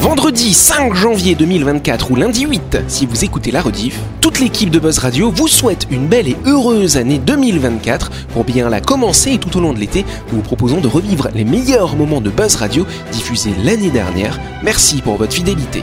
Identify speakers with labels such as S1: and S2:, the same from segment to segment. S1: Vendredi 5 janvier 2024 ou lundi 8, si vous écoutez la rediff, toute l'équipe de Buzz Radio vous souhaite une belle et heureuse année 2024. Pour bien la commencer et tout au long de l'été, nous vous proposons de revivre les meilleurs moments de Buzz Radio diffusés l'année dernière. Merci pour votre fidélité.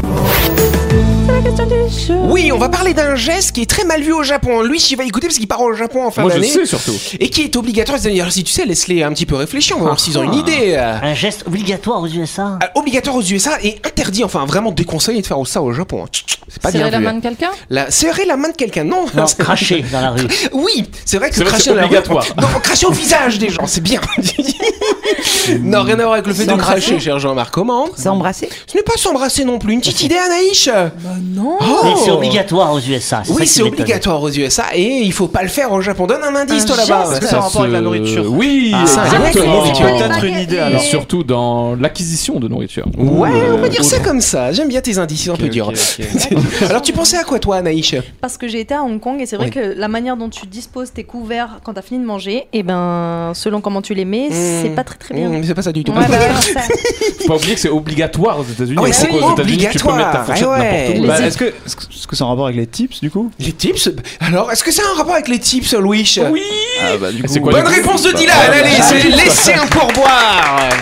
S1: Oui, on va parler d'un geste qui est très mal vu au Japon. Lui, il va écouter parce qu'il part au Japon en fin
S2: Moi, je
S1: d'année.
S2: sais surtout.
S1: Et qui est obligatoire. D'ailleurs, si tu sais, laisse-les un petit peu réfléchir, on va voir s'ils ont une
S2: Ah.
S1: idée. euh,
S3: Un geste obligatoire aux USA
S1: euh, Obligatoire aux USA et interdit, enfin vraiment déconseillé de faire ça au Japon. hein. C'est pas bien
S4: Serrer la
S1: vu.
S4: main
S1: hein.
S4: de quelqu'un
S1: La- serrer la main de quelqu'un, non,
S3: Non,
S1: c'est-
S3: cracher dans la rue.
S1: Oui, c'est vrai que
S2: C'est vrai que
S1: cracher
S2: c'est
S1: dans la rue-
S2: obligatoire.
S1: Non, cracher au visage des gens, c'est bien. non, rien à voir avec le fait de cracher, cher Jean-Marc. Comment
S5: S'embrasser
S1: Ce n'est pas s'embrasser non plus. Une petite idée, Anaïs
S4: Bah Non.
S1: Oh
S3: Mais c'est obligatoire aux USA. ça
S1: Oui,
S3: qui
S1: c'est
S3: m'étonne.
S1: obligatoire aux USA et il faut pas le faire au Japon. Donne un indice,
S4: Un
S1: toi là-bas.
S4: geste.
S6: Ça a rapport avec la nourriture.
S2: Oui,
S1: Ah, ça,
S2: exactement.
S1: avec les
S2: Et
S1: nourritures.
S6: Peut-être une
S4: Ah,
S6: idée
S2: puis
S6: alors.
S2: surtout dans l'acquisition de nourriture.
S1: Ouais, on
S2: Euh,
S1: peut dire ça
S2: autre-
S1: comme ça. J'aime bien tes indices, c'est un peu
S6: Ok,
S1: dur.
S6: ok, ok.
S1: Alors, tu pensais à quoi, toi, Anaïs
S4: Parce que j'ai été à Hong Kong et c'est vrai
S1: Oui.
S4: que la manière dont tu disposes tes couverts quand t'as fini de manger, et ben selon comment tu les mets,
S1: Mmh.
S4: c'est pas très très bien.
S1: Mmh, c'est pas ça du tout.
S4: Ouais, bah, alors ça-
S2: Faut pas oublier que c'est obligatoire aux États-Unis.
S1: Ah ouais,
S2: Donc, aux
S1: c'est
S2: États-Unis, tu peux
S1: obligatoire.
S2: mettre ta fourchette
S1: Ah ouais.
S2: n'importe où.
S4: Les
S6: Bah,
S4: États-
S6: Est-ce que est-ce que- est-ce que c'est en rapport avec les tips du coup
S1: Les tips Alors, est-ce que ça a un rapport avec les tips, Louis
S2: Oui.
S6: Ah bah du
S2: Et c'est coup- quoi,
S1: Bonne
S2: du coup
S1: réponse de
S2: Bah,
S1: Dylan,
S2: bah,
S1: allez,
S2: bah,
S1: c'est laisser un pourboire
S4: Ah ouais,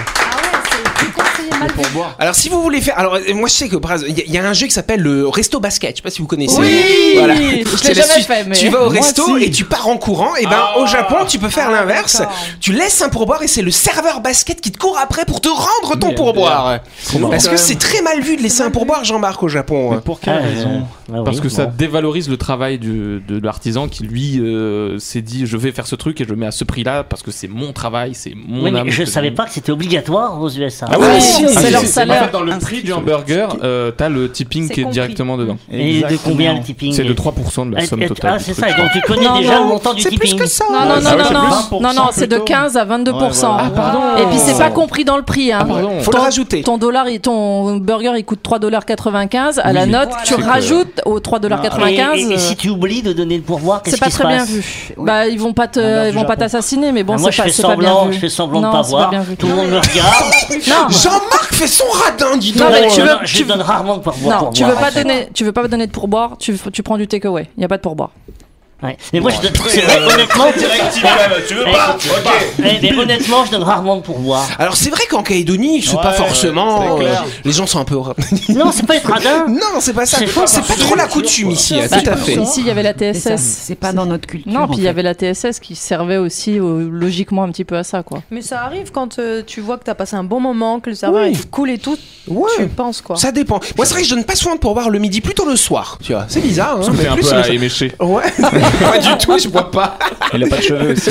S4: c'est déconseillé, mal fait.
S1: Alors si vous voulez faire, alors euh, moi je sais que par exemple, il y, a- il y a un jeu qui s'appelle le resto basket. Je sais pas si vous connaissez.
S4: Oui Je l'ai
S1: C'est la
S4: jamais
S1: suite.
S4: fait, mais- Ah,
S1: Tu vas au
S6: Moi
S1: resto
S6: si.
S1: et tu pars en courant. Et ben au Japon tu peux faire l'inverse. Oh, Tu laisses un pourboire et c'est le serveur basket qui te court après pour te rendre ton
S2: Bien,
S1: pourboire.
S2: marrant.
S1: Parce que c'est très mal vu de laisser un pourboire Jean-Marc au Japon. hein.
S6: Mais pour
S3: Ah,
S6: quelle raison
S3: euh, ah
S2: Parce
S3: oui,
S2: que ça
S3: bon.
S2: dévalorise le travail du- de l'artisan qui lui euh, s'est dit je vais faire ce truc et je le mets à ce prix-là parce que c'est mon travail, c'est mon
S3: Oui, mais
S2: âme.
S3: je savais pas que c'était obligatoire aux USA.
S2: Ah oui,
S4: Ah,
S2: si,
S4: c'est
S2: si,
S4: leur
S2: si.
S4: salaire.
S2: En fait, dans le prix du hamburger, euh, t'as le tipping
S4: C'est
S2: qui est
S4: compris.
S2: directement dedans.
S3: Et de combien le tipping
S2: C'est de 3% de la
S3: Ah,
S2: somme
S3: ah,
S2: totale.
S3: Ah,
S2: du
S3: c'est
S2: truc.
S3: ça, et donc tu connais
S4: Non,
S3: déjà
S4: non,
S3: le montant du
S1: C'est plus
S3: tipping.
S1: que bah, ça.
S4: Non, non,
S6: Ah
S4: non,
S6: ouais,
S4: non,
S6: c'est
S4: non,
S6: 20%
S4: non, non, c'est de
S6: plutôt.
S4: 15 à 22%.
S6: Ouais,
S1: Ah,
S6: voilà.
S2: pardon.
S4: Et puis c'est pas compris dans le prix. Hein.
S2: Ah, pardon.
S1: Faut
S4: ton,
S1: le rajouter.
S4: Ton, dollar, il- ton burger il coûte 3,95$. À la
S2: Oui.
S4: note, tu
S2: C'est que-
S4: rajoutes au
S3: Et, Ah. et- et
S4: 3,95$.
S3: si tu oublies de donner le pourvoir, qu'est-ce
S4: C'est
S3: qui se
S4: pas
S3: passe
S4: très bien vu. Bah, ils vont pas te,
S3: Ah,
S4: ils vont pas
S3: Japon.
S4: t'assassiner, mais bon,
S3: Ah,
S4: c'est
S3: moi, je
S4: pas,
S3: fais
S4: c'est pas bien
S3: semblant,
S4: vu.
S3: je fais semblant
S4: non,
S3: de pas
S4: c'est pas
S3: voir.
S4: bien vu.
S3: Tout le monde me regarde.
S4: Non,
S1: Jean-Marc fait son radin, dis donc.
S4: Non, mais
S3: Oh,
S4: tu veux-
S3: je
S4: tu-
S3: donne rarement de pourvoir.
S4: non,
S3: pour
S4: tu
S3: moi,
S4: veux
S3: en
S4: pas
S3: fait.
S4: donner, tu veux pas donner de pourboire. Tu, tu prends du takeaway. Il y a pas de pourboire.
S3: Ouais. Mais moi, je donne. c'est vrai, honnêtement. tu veux pas Mais honnêtement, je donne rarement de pourvoir.
S1: Alors c'est vrai qu'en Calédonie, c'est
S6: Ouais,
S1: pas
S6: ouais,
S1: forcément.
S6: c'est clair.
S1: euh, les gens sont un peu.
S3: Non, c'est pas être radin.
S1: non, c'est pas ça.
S3: C'est
S1: C'est
S3: pas
S1: pas trop la coutume ici. hein,
S5: Bah,
S1: Tout à fait.
S4: Ici, il y avait la
S5: C'est ça,
S4: TSS.
S5: C'est pas dans notre culture.
S7: Non,
S5: en
S7: puis il
S5: fait.
S7: y avait la TSS qui servait aussi euh, logiquement un petit peu à ça, quoi.
S4: Mais ça arrive quand euh, tu vois que t'as passé un bon moment, que le serveur
S1: Oui.
S4: est cool et tout, tu
S1: Ouais.
S4: penses quoi.
S1: Ça dépend. Moi, c'est vrai que je donne pas soin de pourboire le midi, plutôt le soir. Tu vois, c'est bizarre. Hein,
S2: Ça me fait
S1: mais
S2: un
S1: plus
S2: peu
S1: le
S2: à
S1: soir.
S2: émécher.
S1: Ouais, pas du tout, je bois pas.
S6: Il a pas de cheveux aussi.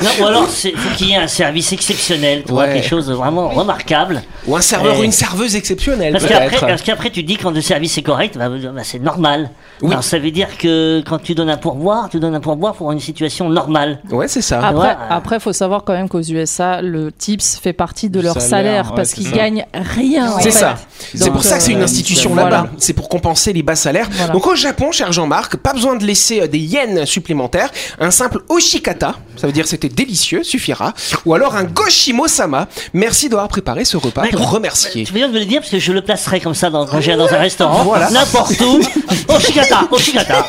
S3: Non, ou alors, c'est- faut qu'il y ait un service exceptionnel, tu vois,
S1: Ouais.
S3: quelque chose de vraiment remarquable.
S1: Ou un serveur
S3: Eh.
S1: ou une serveuse exceptionnelle,
S3: Parce qu'après,
S1: peut-être.
S3: parce qu'après, tu dis quand le service est correct, bah, bah, c'est normal.
S1: Oui.
S3: Alors, ça veut dire que quand tu donnes un pourboire, tu donnes un pourboire pour une situation normale.
S1: Ouais, c'est ça.
S7: Après,
S3: ouais.
S7: après, faut savoir quand même qu'aux USA, le tips fait partie de
S6: Le
S7: leur
S6: salaire,
S7: salaire,
S6: ouais,
S7: parce
S6: c'est
S7: qu'ils
S6: ça.
S7: gagnent rien. en
S1: C'est
S7: fait.
S1: ça. C'est
S7: Donc,
S1: pour ça que c'est une
S7: euh,
S1: institution
S7: voilà.
S1: là-bas. C'est pour compenser les bas salaires.
S7: Voilà.
S1: Donc au Japon, cher Jean-Marc, pas besoin de laisser euh, des yens supplémentaires. Un simple oshikata, ça veut dire c'était délicieux, suffira. Ou alors un goshimo-sama. Merci d'avoir préparé ce repas
S3: Mais-
S1: pour remercier.
S3: Tu veux bien me le dire parce que je le placerai comme ça dans, quand j'irai dans un restaurant,
S1: Voilà.
S3: n'importe où. Oshikata, Oshikata.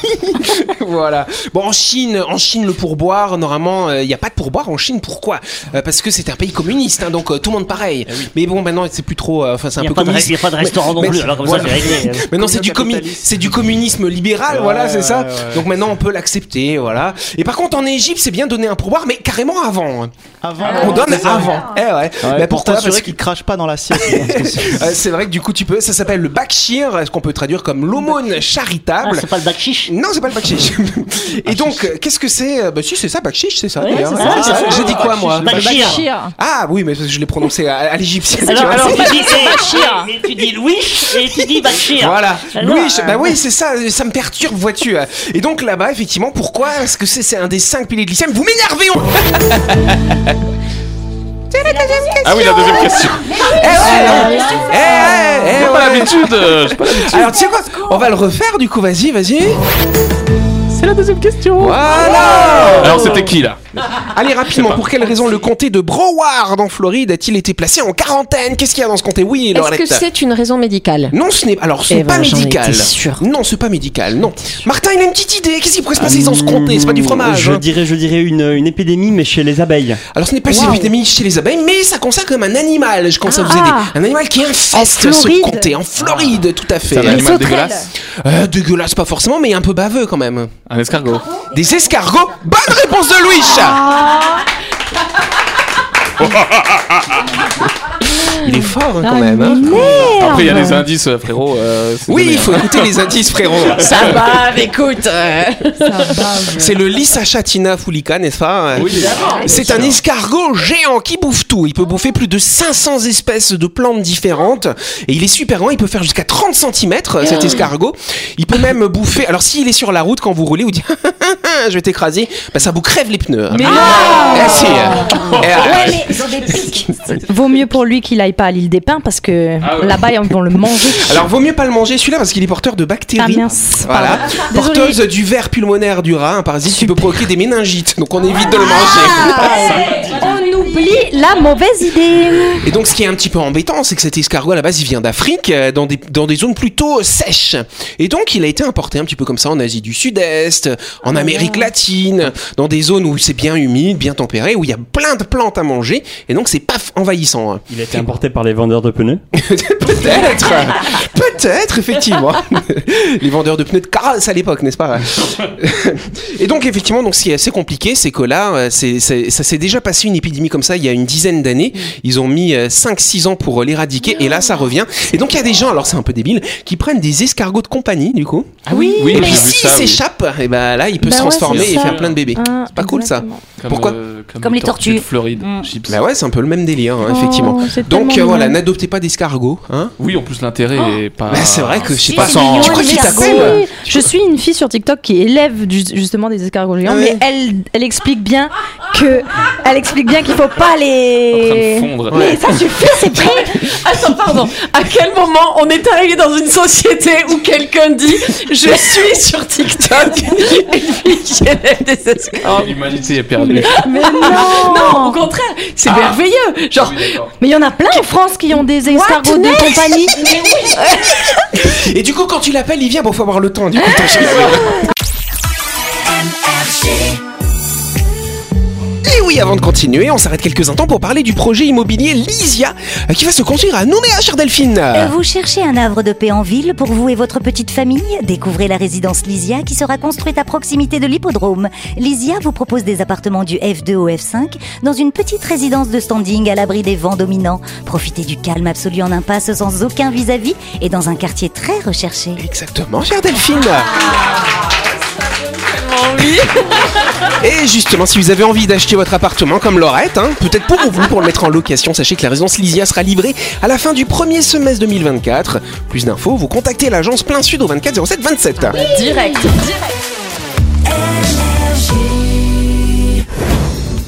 S1: voilà. Bon, en Chine, en Chine, le pourboire, normalement, euh, il n'y a pas de pourboire en Chine. Pourquoi Euh, Parce que c'est un pays communiste, hein, donc euh, tout le monde pareil. Mais bon, maintenant, c'est plus trop. euh, Enfin, c'est
S3: Il
S1: un
S3: n'y
S1: peu
S3: a, pas de re-
S1: communiste.
S3: il y a pas de restaurant
S1: Mais-
S3: non plus, alors comme
S1: voilà.
S3: ça c'est réglé.
S1: Maintenant, c'est du, commu-
S6: Communo-capitaliste.
S1: c'est du communisme libéral,
S6: Ouais,
S1: voilà, c'est
S6: ouais,
S1: ça.
S6: ouais, ouais.
S2: ouais.
S1: Donc maintenant on peut l'accepter, voilà. Et par contre en Égypte c'est bien donner un pourboire, mais carrément avant. hein.
S6: Avant.
S1: on donne
S6: c'est ça.
S1: avant. Eh ouais.
S6: Ouais,
S1: Bah,
S6: pour
S1: pourquoi Parce
S6: t'assurer
S1: que-
S6: qu'il crache pas dans l'assiette. hein, parce que c'est-
S1: Euh, c'est vrai que du coup tu peux, ça s'appelle le bakshir, ce qu'on peut traduire comme l'aumône
S3: Ah,
S1: charitable.
S3: c'est pas le bac chiche
S1: Non, c'est pas le bakchich. Et donc, euh, qu'est-ce que c'est euh, Bah si, c'est ça, bakchich, c'est ça.
S3: Ouais,
S1: d'ailleurs.
S3: c'est ça,
S1: Ah,
S3: c'est ça.
S1: J'ai dit quoi, moi
S3: Bakchich.
S4: Chir.
S1: Ah oui, mais je l'ai prononcé à, à l'égyptienne. tu
S3: Alors,
S1: vois,
S3: alors
S1: c'est-
S3: tu dis Bachir, et tu dis Louis, et tu dis Bachir.
S1: Voilà.
S8: Ah
S3: Alors,
S1: Louis,
S3: euh,
S1: bah oui, c'est ça, ça me perturbe, vois-tu. Et donc là-bas, effectivement, pourquoi Parce que c'est c'est un des cinq piliers de l'islam. Vous m'énervez on-
S5: Ah oui, la deuxième question.
S1: Eh
S8: Ah,
S1: ouais, non. Eh, eh, eh,
S5: J'ai
S1: ouais.
S5: pas l'habitude. euh, j'ai pas l'habitude.
S1: Alors tu sais quoi On va le refaire du coup, vas-y, vas-y. C'est la deuxième question. Voilà
S5: Alors, c'était qui là
S1: Allez rapidement, pour quelle raison le comté de Broward en Floride a-t-il été placé en quarantaine Qu'est-ce qu'il y a dans ce comté Oui,
S8: Est-ce que
S1: Laurette.
S8: c'est une raison médicale
S1: Non, ce n'est alors ce
S8: Eh
S1: n'est pas
S8: ben, j'en
S1: médical.
S8: étais sûre.
S1: Non, c'est pas médical. Non. Martin, il a une petite idée. Qu'est-ce qui pourrait se passer dans ce comté C'est pas du
S8: Ah,
S1: fromage.
S9: Je
S1: hein.
S9: dirais, je dirais une, une épidémie, mais chez les abeilles.
S1: Alors ce n'est pas une épidémie chez les abeilles, mais ça concerne comme un animal. Je commence à vous aider. Un animal qui infeste
S4: En
S1: ce
S4: Floride
S1: comté en Floride, tout à fait.
S5: C'est un
S4: Les
S5: animal
S4: sauterelles.
S5: dégueulasse.
S1: Euh, dégueulasse pas forcément, mais un peu baveux quand même.
S2: Un escargot.
S1: Des escargots Bonne réponse de Louis Il est fort hein, quand même.
S9: bah.
S1: hein.
S5: Après, il y a des
S2: Merde.
S5: indices, euh, frérot. euh, c'est
S1: Oui,
S5: donné,
S1: il
S5: hein.
S1: faut écouter les indices, frérot.
S8: Ça va, mais Ah écoute euh,
S1: C'est le Lissa chatina fulica, n'est-ce
S5: Ah
S1: pas euh,
S5: Oui.
S1: C'est un escargot géant qui bouffe tout. Il peut bouffer plus de 500 espèces de plantes différentes. Et il est super grand. Il peut faire jusqu'à 30 cm, cet escargot. Il peut même bouffer. Alors, s'il est sur la route, quand vous roulez, vous dites Je vais t'écraser. Bah, ça vous crève les pneus. Mais
S8: Ah
S1: eh, si. Eh, eh,
S4: Vaut mieux pour lui qu'il aille pas à l'île des pins parce que
S5: Ah ouais.
S4: là-bas ils vont le manger.
S1: Alors, vaut mieux pas le manger celui-là parce qu'il est porteur de
S4: Ah
S1: bactéries.
S4: mince.
S1: Voilà,
S4: pardon.
S1: porteuse du verre pulmonaire du rat, un parasite qui peut provoquer des méningites, donc on évite de le manger.
S4: Ah, On oublie la mauvaise idée.
S1: Et donc, ce qui est un petit peu embêtant, c'est que cet escargot à la base, il vient d'Afrique, euh, dans des, dans des zones plutôt euh, sèches. Et donc, il a été importé un petit peu comme ça en Asie du Sud-Est, en
S4: Ah.
S1: Amérique latine, dans des zones où c'est bien humide, bien tempéré, où il y a plein de plantes à manger. Et donc, c'est paf envahissant. hein.
S9: Il a été importé par les vendeurs de pneus.
S1: Peut-être, peut-être, effectivement. Les vendeurs de pneus de Caras à l'époque, n'est-ce pas Et donc, effectivement, donc, ce qui est assez compliqué, c'est que là, euh, c'est- c'est- ça s'est déjà passé une épidémie comme ça il y a une dizaine d'années. Ils ont mis 5-6 ans pour euh, l'éradiquer, et là, ça revient. Et donc, il y a des gens, alors c'est un peu débile, qui prennent des escargots de compagnie, du coup.
S8: Ah oui
S5: Oui,
S1: et
S5: j'ai
S1: puis,
S5: vu ça,
S1: s'il
S5: oui.
S1: s'échappe, et ben là, il peut
S4: Bah
S1: se
S4: ouais,
S1: transformer
S4: c'est
S1: et
S4: ça.
S1: faire plein de bébés.
S4: Ah,
S1: C'est pas cool, ça.
S4: exactement.
S1: Pourquoi
S2: euh,
S8: Comme les tortues. Mm.
S2: de Floride. Chips.
S1: Bah ouais, c'est un peu le même délire, hein, effectivement.
S4: Oh, c'est
S1: Donc
S4: tellement
S1: euh, voilà,
S4: mignon.
S1: n'adoptez pas d'escargots, hein.
S2: Oui, en plus l'intérêt est pas.
S1: Bah, c'est vrai que je sais
S8: Si,
S1: pas
S8: c'est
S1: sans.
S8: mignon,
S1: Tu crois
S8: les
S1: qu'il
S8: escargots.
S1: t'appelle
S4: Oui, je suis une fille sur TikTok qui élève du- justement des escargots géants,
S1: Ah ouais.
S4: mais elle, elle explique bien que elle explique bien qu'il faut pas
S2: En train de
S4: les.
S2: fondre.
S4: Mais ça suffit, c'est pas.
S8: Attends, pardon. À quel moment on est arrivé dans une société où quelqu'un dit Je suis sur TikTok et puis j'élève des escrocs
S5: L'humanité est
S1: Oh,
S5: perdue.
S4: Mais non. Ah.
S8: Non, au contraire, c'est merveilleux. Genre,
S4: Mais il y en a plein en France qui ont des escargots de compagnie.
S1: Et du coup, quand tu l'appelles, il vient. Bon, faut avoir le temps. Du coup, t'en chies. Et oui, avant de continuer, on s'arrête quelques instants pour parler du projet immobilier Lysia euh, qui va se construire à Nouméa, chère Delphine.
S10: Euh, Vous cherchez un havre de paix en ville pour vous et votre petite famille Découvrez la résidence Lysia qui sera construite à proximité de l'hippodrome. Lysia vous propose des appartements du F2 au F5 dans une petite résidence de standing à l'abri des vents dominants. Profitez du calme absolu en impasse sans aucun vis-à-vis et dans un quartier très recherché.
S1: Exactement, chère Delphine. Et justement, si vous avez envie d'acheter votre appartement comme Laurette, hein, peut-être pour vous, pour le mettre en location, sachez que la résidence Lysia sera livrée à la fin du premier semestre 2024. Plus d'infos, vous contactez l'agence Plein Sud au 24 07 27.
S8: direct.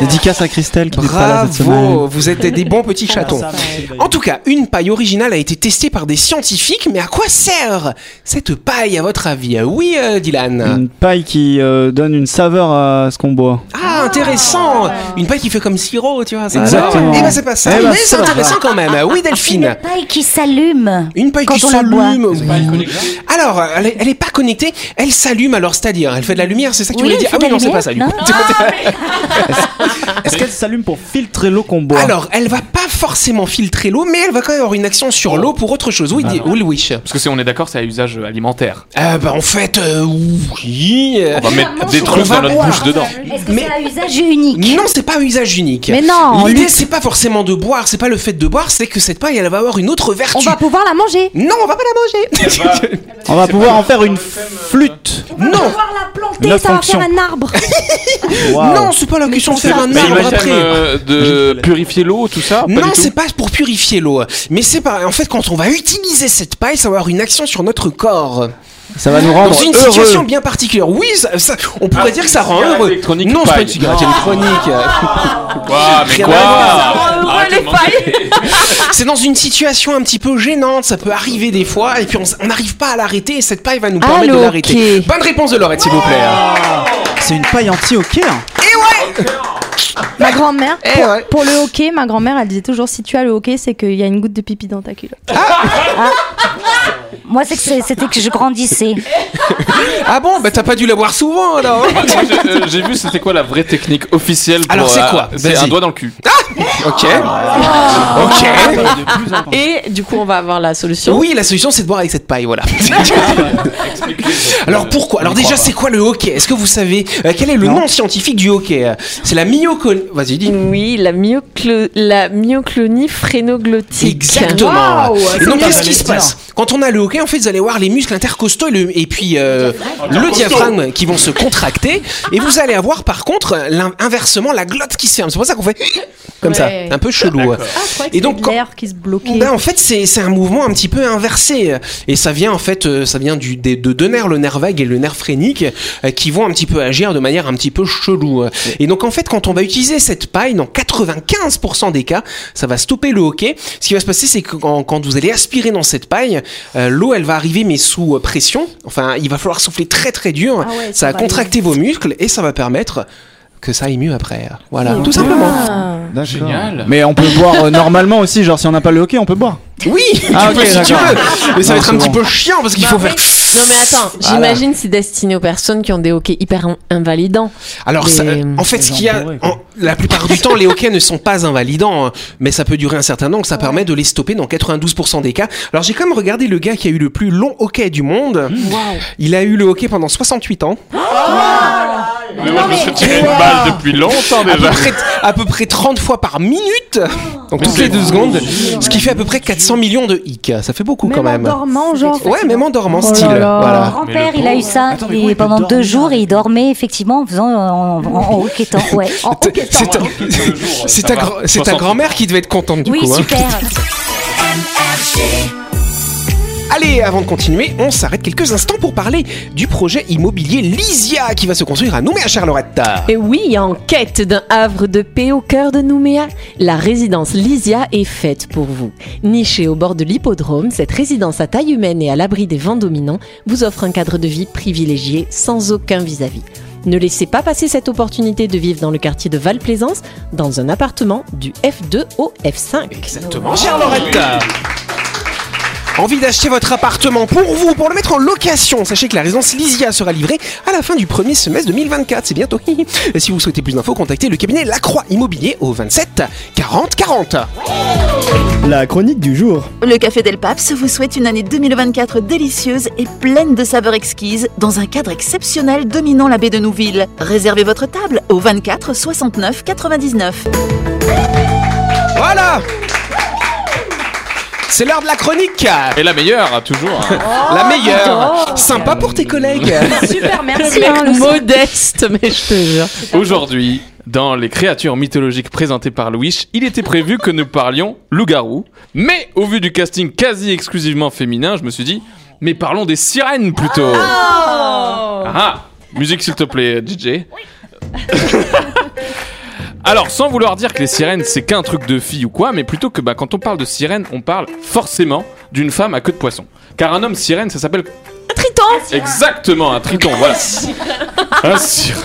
S6: Dédicace à Christelle qui n'est pas là cette
S1: Bravo,
S6: semaine.
S1: vous êtes des bons petits chatons. En tout cas, une paille originale a été testée par des scientifiques, mais à quoi sert cette paille à votre avis Oui, euh, Dylan.
S6: Une paille qui euh, donne une saveur à ce qu'on boit.
S1: Ah, intéressant Une paille qui fait comme sirop, tu vois. ça.
S6: Exactement.
S1: Eh ben, c'est pas ça,
S6: Eh ben,
S1: mais
S6: ça
S1: c'est
S6: va.
S1: intéressant quand même. Oui,
S10: Une
S1: Delphine.
S10: paille qui s'allume.
S1: Une paille
S10: quand
S1: qui
S10: on la boit.
S1: s'allume. Alors, elle n'est pas connectée, elle s'allume alors, c'est-à-dire, elle fait de la lumière, c'est ça que tu
S10: Oui,
S1: voulais dire
S10: elle
S1: Ah oui,
S10: fait de
S1: non,
S10: la
S1: c'est pas ça. du
S10: lumière,
S1: coup.
S6: Est-ce qu'elle s'allume pour filtrer l'eau qu'on boit
S1: Alors, elle va pas forcément filtrer l'eau, mais elle va quand même avoir une action sur l'eau pour autre chose. Oui, dis- oui, Louis.
S5: Parce que si on est d'accord, c'est à usage alimentaire.
S1: Ah bah en fait, euh, oui. euh,
S5: On va mettre des
S1: on
S5: trucs
S1: va
S5: dans notre
S1: boire.
S5: bouche dedans.
S10: Est-ce que
S1: Mais-
S10: c'est à usage unique
S1: Euh, Non, c'est pas un usage unique.
S4: Mais non,
S1: L'idée, c'est pas forcément de boire, c'est pas le fait de boire, c'est que cette paille, elle va avoir une autre vertu.
S4: on va pouvoir la manger.
S1: Non, on va pas la manger.
S6: On va pouvoir en faire une
S1: euh,
S6: flûte.
S1: non.
S4: pouvoir la planter,
S6: La
S4: ça va
S6: fonction.
S4: faire un arbre.
S6: Waouh.
S1: Non, c'est pas la question de faire un
S5: Mais
S1: arbre
S5: imagine
S1: après.
S5: euh, de purifier l'eau, tout ça pas
S1: Non,
S5: du tout.
S1: c'est pas pour purifier l'eau. Mais c'est pas. En fait, quand on va utiliser cette paille, ça va avoir une action sur notre corps.
S6: Ça va nous
S1: Dans
S6: rendre
S1: une situation
S6: heureux.
S1: bien particulière. Oui, ça- ça- on pourrait dire que ça rend
S5: Ah, cigarette
S1: heureux.
S5: électronique
S1: non, c'est pas
S5: paille.
S1: une cigarette électronique.
S5: Quoi Mais
S1: Rien
S5: quoi
S1: à
S5: Arrête de mentir.
S1: C'est dans une situation un petit peu gênante, ça peut arriver des fois, et puis on s- on n'arrive pas à l'arrêter, et cette paille va nous permettre
S8: Allô,
S1: de l'arrêter.
S8: ok.
S1: Bonne réponse de Laurette, s'il vous plaît. hein.
S6: C'est une paille anti-hockey. hein.
S1: Ah.
S4: Ma grand-mère,
S1: Eh
S4: pour,
S1: ouais.
S4: pour le hockey, ma grand-mère, elle disait toujours si tu as le hockey, c'est qu'il y a une goutte de pipi dans ta culotte.
S10: Moi, c'est que c'est- c'était que je grandissais.
S1: Ah bon, bah t'as pas dû la voir souvent alors. hein
S5: Moi, j'ai- euh, J'ai vu, c'était quoi la vraie technique officielle pour,
S1: Alors, c'est
S5: euh,
S1: quoi
S5: C'est
S1: Vas-y.
S5: un doigt dans le cul.
S1: ok.
S6: Ah.
S1: Ok.
S8: Et du coup, on va avoir la solution.
S1: Oui, la solution c'est de boire avec cette paille, voilà. alors pourquoi Alors déjà, c'est quoi le hockey Est-ce que vous savez euh, quel est le nom scientifique du hockey C'est la myocone. Vas-y, dis.
S8: Oui, la, myoclo- la myoclonie phrénoglottique.
S1: Exactement.
S8: Waouh,
S1: et
S8: c'est
S1: donc,
S8: bien.
S1: qu'est-ce qui se passe Quand on a le hockey, en fait, vous allez voir les muscles intercostaux et, le- et puis euh, le diaphragme qui vont se contracter. Et vous allez avoir, par contre, l'in- inversement, la glotte qui se ferme. C'est pour ça qu'on fait comme
S4: Ouais.
S1: ça, un peu chelou. Et donc, quand-
S4: l'air qui se bloquait.
S1: Ben, en fait, c'est c'est un mouvement un petit peu inversé. Et ça vient, en fait, euh, ça vient du, des, de deux nerfs, le nerf vague et le nerf phrénique, euh, qui vont un petit peu agir de manière un petit peu chelou. Et donc, en fait, quand on va utiliser cette paille, dans 95% des cas, ça va stopper le hockey. Ce qui va se passer, c'est que quand, quand vous allez aspirer dans cette paille, euh, l'eau, elle va arriver, mais sous euh, pression. Enfin, il va falloir souffler très, très dur.
S4: Ah ouais,
S1: ça
S4: ça
S1: va
S4: va
S1: contracter vos muscles et ça va permettre que ça aille mieux après. Voilà, tout simplement.
S6: Ah. D'accord.
S5: Génial.
S6: Mais on peut boire euh, normalement aussi, genre si on n'a pas le hockey, on peut boire.
S1: Oui,
S6: Ah, ok,
S1: tu peux si tu
S6: d'accord.
S1: veux. Mais ça va
S6: Non,
S1: être
S6: c'est
S1: un petit
S6: bon.
S1: peu chiant parce qu'il
S8: Bah
S1: faut
S8: oui.
S1: faire.
S8: Non mais attends,
S1: Voilà.
S8: j'imagine c'est destiné aux personnes qui ont des hockey hyper in- invalidants.
S1: Alors, ça-
S8: Mais-
S1: en fait,
S6: Les
S1: ce qu'il y a,
S6: entourés,
S1: en- la plupart du temps, les hockey ne sont pas invalidants, hein, mais ça peut durer un certain temps, que ça permet de les stopper dans 92% des cas. Alors, j'ai quand même regardé le gars qui a eu le plus long hockey du monde.
S8: Mmh.
S1: Il a eu le hockey pendant 68 ans,
S5: Mais moi, je me suis tiré une balle depuis
S8: Oh,
S5: longtemps
S1: à
S8: bah.
S1: peu
S5: déjà.
S1: près, à peu près 30 fois par minute, donc toutes les deux secondes, ce qui fait à peu près 400 millions de hicks. Ça fait beaucoup quand
S4: Même
S1: même.
S4: en dormant, genre.
S1: Ouais, même en dormant,
S4: Oh là
S1: style.
S4: là.
S1: Voilà.
S10: Mon grand-père,
S5: Mais le
S10: il a eu ça
S6: Attends, mais
S10: et
S6: oui, il
S10: pendant
S6: dormait.
S10: deux jours et il dormait effectivement en faisant euh, en, en, en hoquetant, Ouais. Oh,
S1: C'est ta- C'est ta, gra- c'est ta grand-mère qui devait être contente du
S10: Oui,
S1: coup. hein.
S10: super.
S1: Allez, avant de continuer, on s'arrête quelques instants pour parler du projet immobilier Lysia qui va se construire à Nouméa Charleroi.
S8: Et oui, en quête d'un havre de paix au cœur de Nouméa, la résidence Lysia est faite pour vous. Nichée au bord de l'hippodrome, cette résidence à taille humaine et à l'abri des vents dominants vous offre un cadre de vie privilégié sans aucun vis-à-vis. Ne laissez pas passer cette opportunité de vivre dans le quartier de Val-Plaisance, dans un appartement du F2 au F5.
S1: Exactement, Charleroi. Envie d'acheter votre appartement pour vous, pour le mettre en location Sachez que la résidence Lysia sera livrée à la fin du premier semestre 2024, c'est bientôt. Et si vous souhaitez plus d'infos, contactez le cabinet Lacroix Immobilier au 27 40 40.
S9: La chronique du jour.
S7: Le Café Del Paps vous souhaite une année 2024 délicieuse et pleine de saveurs exquises dans un cadre exceptionnel dominant la baie de Nouville. Réservez votre table au 24 69 99.
S1: Voilà c'est l'heure de la chronique,
S5: Et la meilleure, hein, toujours.
S1: la
S4: Oh,
S1: meilleure. Sympa pour tes collègues.
S4: Super, merci.
S8: Mec
S4: hein, le-
S8: modeste, mais je te jure.
S5: Aujourd'hui, dans les créatures mythologiques présentées par Louis, il était prévu que nous parlions loup-garou. Mais au vu du casting quasi exclusivement féminin, je me suis dit, mais parlons des sirènes plutôt. Ah, Musique s'il te plaît, DJ. Alors, sans vouloir dire que les sirènes, c'est qu'un truc de fille ou quoi, mais plutôt que bah, quand on parle de sirène, on parle forcément d'une femme à queue de poisson. Car un homme sirène, ça s'appelle. Un triton Exactement, un triton, voilà. un sirène.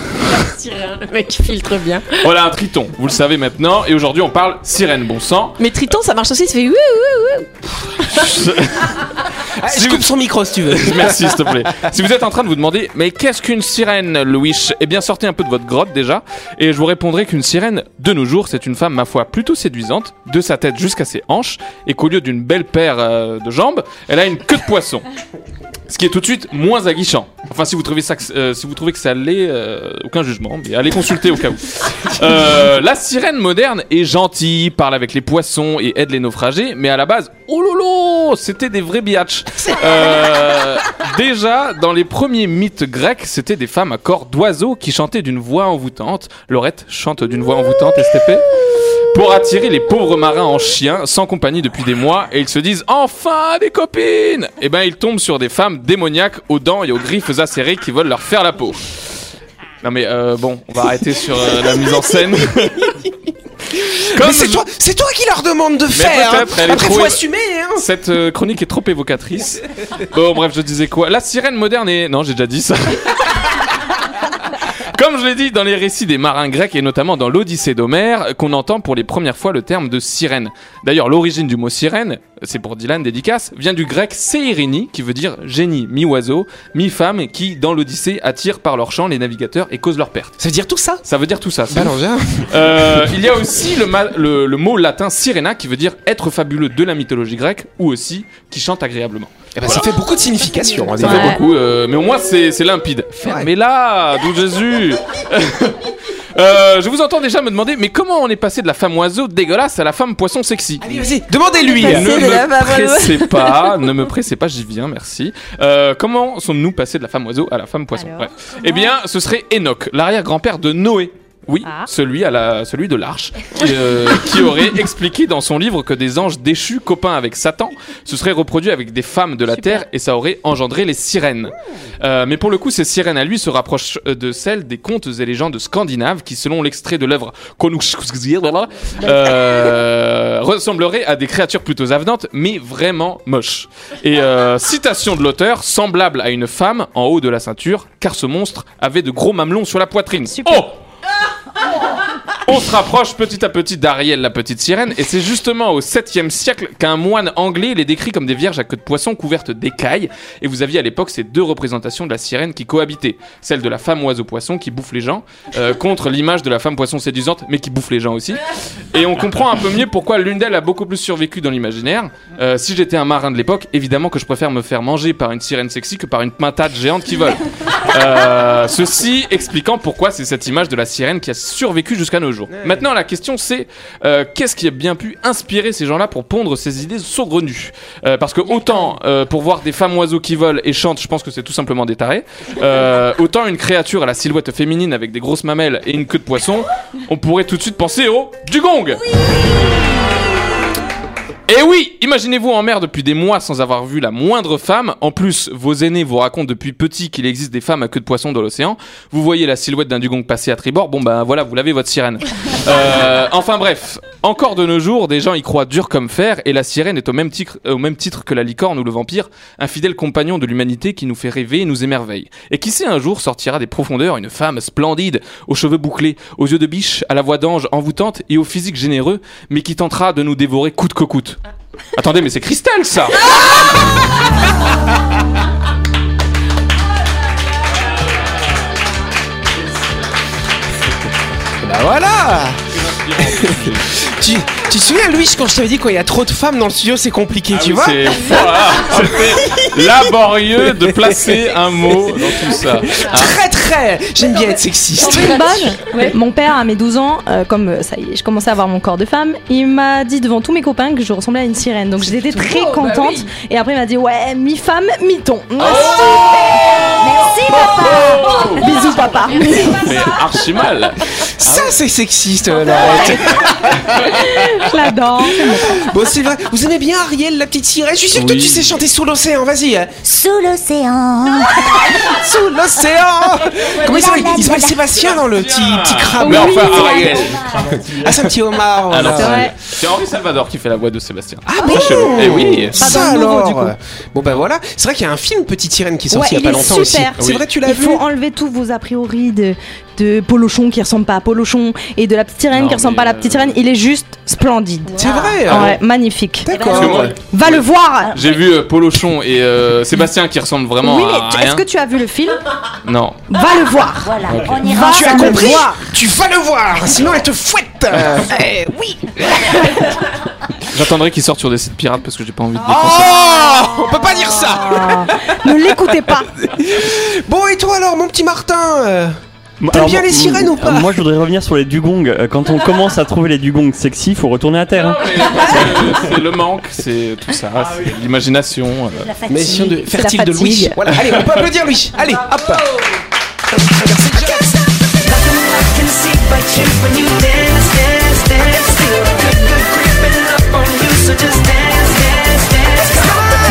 S8: Le mec filtre bien.
S5: Voilà un triton, vous le savez maintenant, et aujourd'hui on parle sirène, bon sang.
S8: Mais Triton, ça marche aussi, ça fait ouh ouh ouh.
S1: Ah,
S5: je coupe son micro si tu veux. Merci, s'il te plaît. Si vous êtes en train de vous demander, mais qu'est-ce qu'une sirène, Louis Eh bien, sortez un peu de votre grotte déjà, et je vous répondrai qu'une sirène, de nos jours, c'est une femme, ma foi, plutôt séduisante, de sa tête jusqu'à ses hanches, et qu'au lieu d'une belle paire euh, de jambes, elle a une queue de poisson. Ce qui est tout de suite moins aguichant. Enfin, si vous trouvez, ça, que- euh, si vous trouvez que ça l'est, euh, aucun jugement, mais allez consulter au cas où. Euh, la sirène moderne est gentille, parle avec les poissons et aide les naufragés, mais à la base, oh lolo, c'était des vrais biatchs. Euh, déjà, dans les premiers mythes grecs, c'était des femmes à corps d'oiseau qui chantaient d'une voix envoûtante. Lorette chante d'une voix envoûtante, STP pour attirer les pauvres marins en chien, sans compagnie depuis des mois, et ils se disent enfin des copines Et ben ils tombent sur des femmes démoniaques aux dents et aux griffes acérées qui veulent leur faire la peau. Non mais euh, bon, on va arrêter sur euh, la mise en scène.
S1: Mais c'est toi, c'est toi qui leur demande de
S5: Mais
S1: faire. hein.
S5: peut-être, elle est
S1: Après,
S5: trop
S1: faut
S5: évo-
S1: assumer. hein.
S5: Cette euh, chronique est trop évocatrice. Bon, bref, je disais quoi La sirène moderne est. Non, j'ai déjà dit ça. Comme je l'ai dit dans les récits des marins grecs et notamment dans l'Odyssée d'Homère, qu'on entend pour les premières fois le terme de sirène. D'ailleurs, l'origine du mot sirène, c'est pour Dylan dédicace, vient du grec seirini, qui veut dire génie, mi-oiseau, mi-femme, qui, dans l'Odyssée, attire par leur chant les navigateurs et cause leur perte. Ça veut dire tout ça Ça veut dire tout ça. c'est
S1: Bah
S5: ouf.
S1: alors, viens.
S5: Euh, il y a aussi le, ma- le- le mot latin sirena qui veut dire être fabuleux de la mythologie grecque ou aussi qui chante agréablement.
S1: Eh ben, Ça fait beaucoup de significations. hein,
S5: Ça
S1: dis donc.
S5: fait beaucoup, euh, mais au moins c'est c'est limpide. Fermez-la, doux Jésus Euh, Je vous entends déjà me demander, mais comment on est passé de la femme oiseau dégueulasse à la femme poisson sexy Allez,
S1: vas-y, demandez-lui.
S5: Ne
S1: Passer de la
S5: me
S1: femme oiseau.
S5: pressez pas, ne me pressez pas, j'y viens, merci. Euh, comment sommes-nous passés de la femme oiseau à la femme poisson Ouais. Eh bien, ce serait Enoch, l'arrière-grand-père de Noé. Oui,
S1: Ah.
S5: celui, à la, celui de l'arche, qui, euh, qui aurait expliqué dans son livre que des anges déchus, copains avec Satan, se seraient reproduits avec des femmes de la terre et ça aurait engendré les sirènes.
S1: Oh.
S5: Euh, mais pour le coup, ces sirènes à lui se rapprochent euh, de celles des contes et légendes scandinaves qui, selon l'extrait de l'œuvre Konungsgir, euh, ressemblerait à des créatures plutôt avenantes, mais vraiment moches. Et euh, citation de l'auteur, semblable à une femme en haut de la ceinture, car ce monstre avait de gros mamelons sur la poitrine. Oh on se rapproche petit à petit d'Ariel, la petite sirène, et c'est justement au 7e siècle qu'un moine anglais les décrit comme des vierges à queue de poisson couvertes d'écailles. Et vous aviez à l'époque ces deux représentations de la sirène qui cohabitaient celle de la femme oiseau-poisson qui bouffe les gens, euh, contre l'image de la femme poisson séduisante, mais qui bouffe les gens aussi. Et on comprend un peu mieux pourquoi l'une d'elles a beaucoup plus survécu dans l'imaginaire. Euh, si j'étais un marin de l'époque, évidemment que je préfère me faire manger par une sirène sexy que par une pintade géante qui vole. Euh, ceci expliquant pourquoi c'est cette image de la sirène qui a survécu jusqu'à nos jours. Maintenant, la question c'est euh, qu'est-ce qui a bien pu inspirer ces gens-là pour pondre ces idées saugrenues Euh, Parce que autant euh, pour voir des femmes oiseaux qui volent et chantent, je pense que c'est tout simplement des tarés. Euh, autant une créature à la silhouette féminine avec des grosses mamelles et une queue de poisson, on pourrait tout de suite penser au dugong. Et oui, imaginez-vous en mer depuis des mois sans avoir vu la moindre femme. En plus, vos aînés vous racontent depuis petit qu'il existe des femmes à queue de poisson dans l'océan. Vous voyez la silhouette d'un dugong passer à tribord. Bon ben voilà, vous l'avez votre sirène. Euh, enfin bref, encore de nos jours, des gens y croient dur comme fer et la sirène est au même titre, au même titre que la licorne ou le vampire, un fidèle compagnon de l'humanité qui nous fait rêver et nous émerveille. Et qui sait un jour sortira des profondeurs une femme splendide, aux cheveux bouclés, aux yeux de biche, à la voix d'ange envoûtante et au physique généreux, mais qui tentera de nous dévorer coûte que coûte.
S4: Ah.
S5: Attendez, mais c'est Christelle ça
S1: Bah voilà.
S5: Ah
S1: tu, tu te souviens, Louis, quand je t'avais dit quand il y a trop de femmes dans le studio, c'est compliqué, tu
S5: Ah oui,
S1: vois
S5: c'est- voilà, c'était laborieux de placer un mot dans tout ça. Hein
S1: Très très. J'aime bien être sexiste.
S4: Une bonne. Mon père, à mes 12 ans, euh, comme euh, ça y est, je commençais à avoir mon corps de femme, il m'a dit devant tous mes copains que je ressemblais à une sirène. Donc
S8: bah Oh,
S4: j'étais très contente. Et après, il m'a dit Ouais, mi-femme, mi-ton. Merci. Merci.
S10: Merci papa
S4: Bisous papa
S5: Mais archi mal
S4: Ah
S1: Ça, c'est sexiste, euh, Laurette.
S4: Je l'adore
S1: Bon, c'est vrai. Vous aimez bien Ariel, la petite sirène Je suis sûr que toi, tu sais chanter sous l'océan. Vas-y. hein.
S10: Sous l'océan
S1: Sous l'océan Comment il s'appelle
S10: La, la,
S1: Il s'appelle
S10: la, la.
S1: Sébastien dans le petit, petit crabe.
S5: Mais enfin, Ariel
S1: Ah, c'est un petit homard.
S5: Ah non,
S1: voilà.
S5: c'est-
S4: vrai.
S5: C'est Henri Salvador qui fait la voix de Sébastien.
S1: Ah bon
S5: Chelou. Eh oui.
S1: Ça
S4: Pas dans le nouveau,
S1: alors
S4: du coup.
S1: Bon bah voilà, c'est vrai qu'il y a un film Petite Sirène qui est
S4: Ouais,
S1: sorti il
S4: il
S1: y a
S4: est
S1: pas longtemps aussi.
S4: super.
S1: C'est vrai tu l'as
S4: Il
S1: vu
S4: faut enlever tous vos a priori de, de Polochon qui ressemble pas à Polochon et de la petite sirène
S5: Non,
S4: qui ressemble
S5: mais
S4: pas à la
S5: euh,
S4: petite sirène. Il est juste splendide.
S1: C'est vrai
S4: Ah, Ouais, magnifique.
S1: D'accord.
S5: Parce que moi,
S4: Va le voir
S5: j'ai vu euh, Polochon et euh, Sébastien qui ressemblent vraiment
S4: Ah Oui,
S5: à
S4: mais tu- est-ce
S5: rien.
S4: que tu as vu le film
S5: Non.
S4: Va le voir
S10: Voilà,
S5: Ok.
S10: on ira
S1: Ah,
S4: Ah,
S1: tu as
S10: ensemble
S1: compris
S10: voir.
S1: Tu vas le voir, sinon elle te fouette Eh, Oui
S5: J'attendrai qu'il sorte sur des sites pirates parce que j'ai pas envie de
S1: Oh
S5: dépenser.
S1: On peut pas dire ça
S4: Ah, Ne l'écoutez pas
S1: Bon et toi alors mon petit Martin euh,
S11: Moi-
S1: T'aimes
S11: alors,
S1: bien
S11: moi-
S1: les sirènes ou pas
S11: euh, Moi je voudrais revenir sur les dugongs. Euh, Quand on commence à trouver les dugongs sexy, faut retourner à terre. hein.
S5: Non, mais parce que c'est le manque, c'est tout ça, c'est l'imagination. euh.
S10: La
S1: Mais si on
S10: fatigue.
S1: de fertile
S4: la
S1: de Louis.
S4: fatigue.
S1: Voilà, allez, on peut applaudir Louis. Allez, hop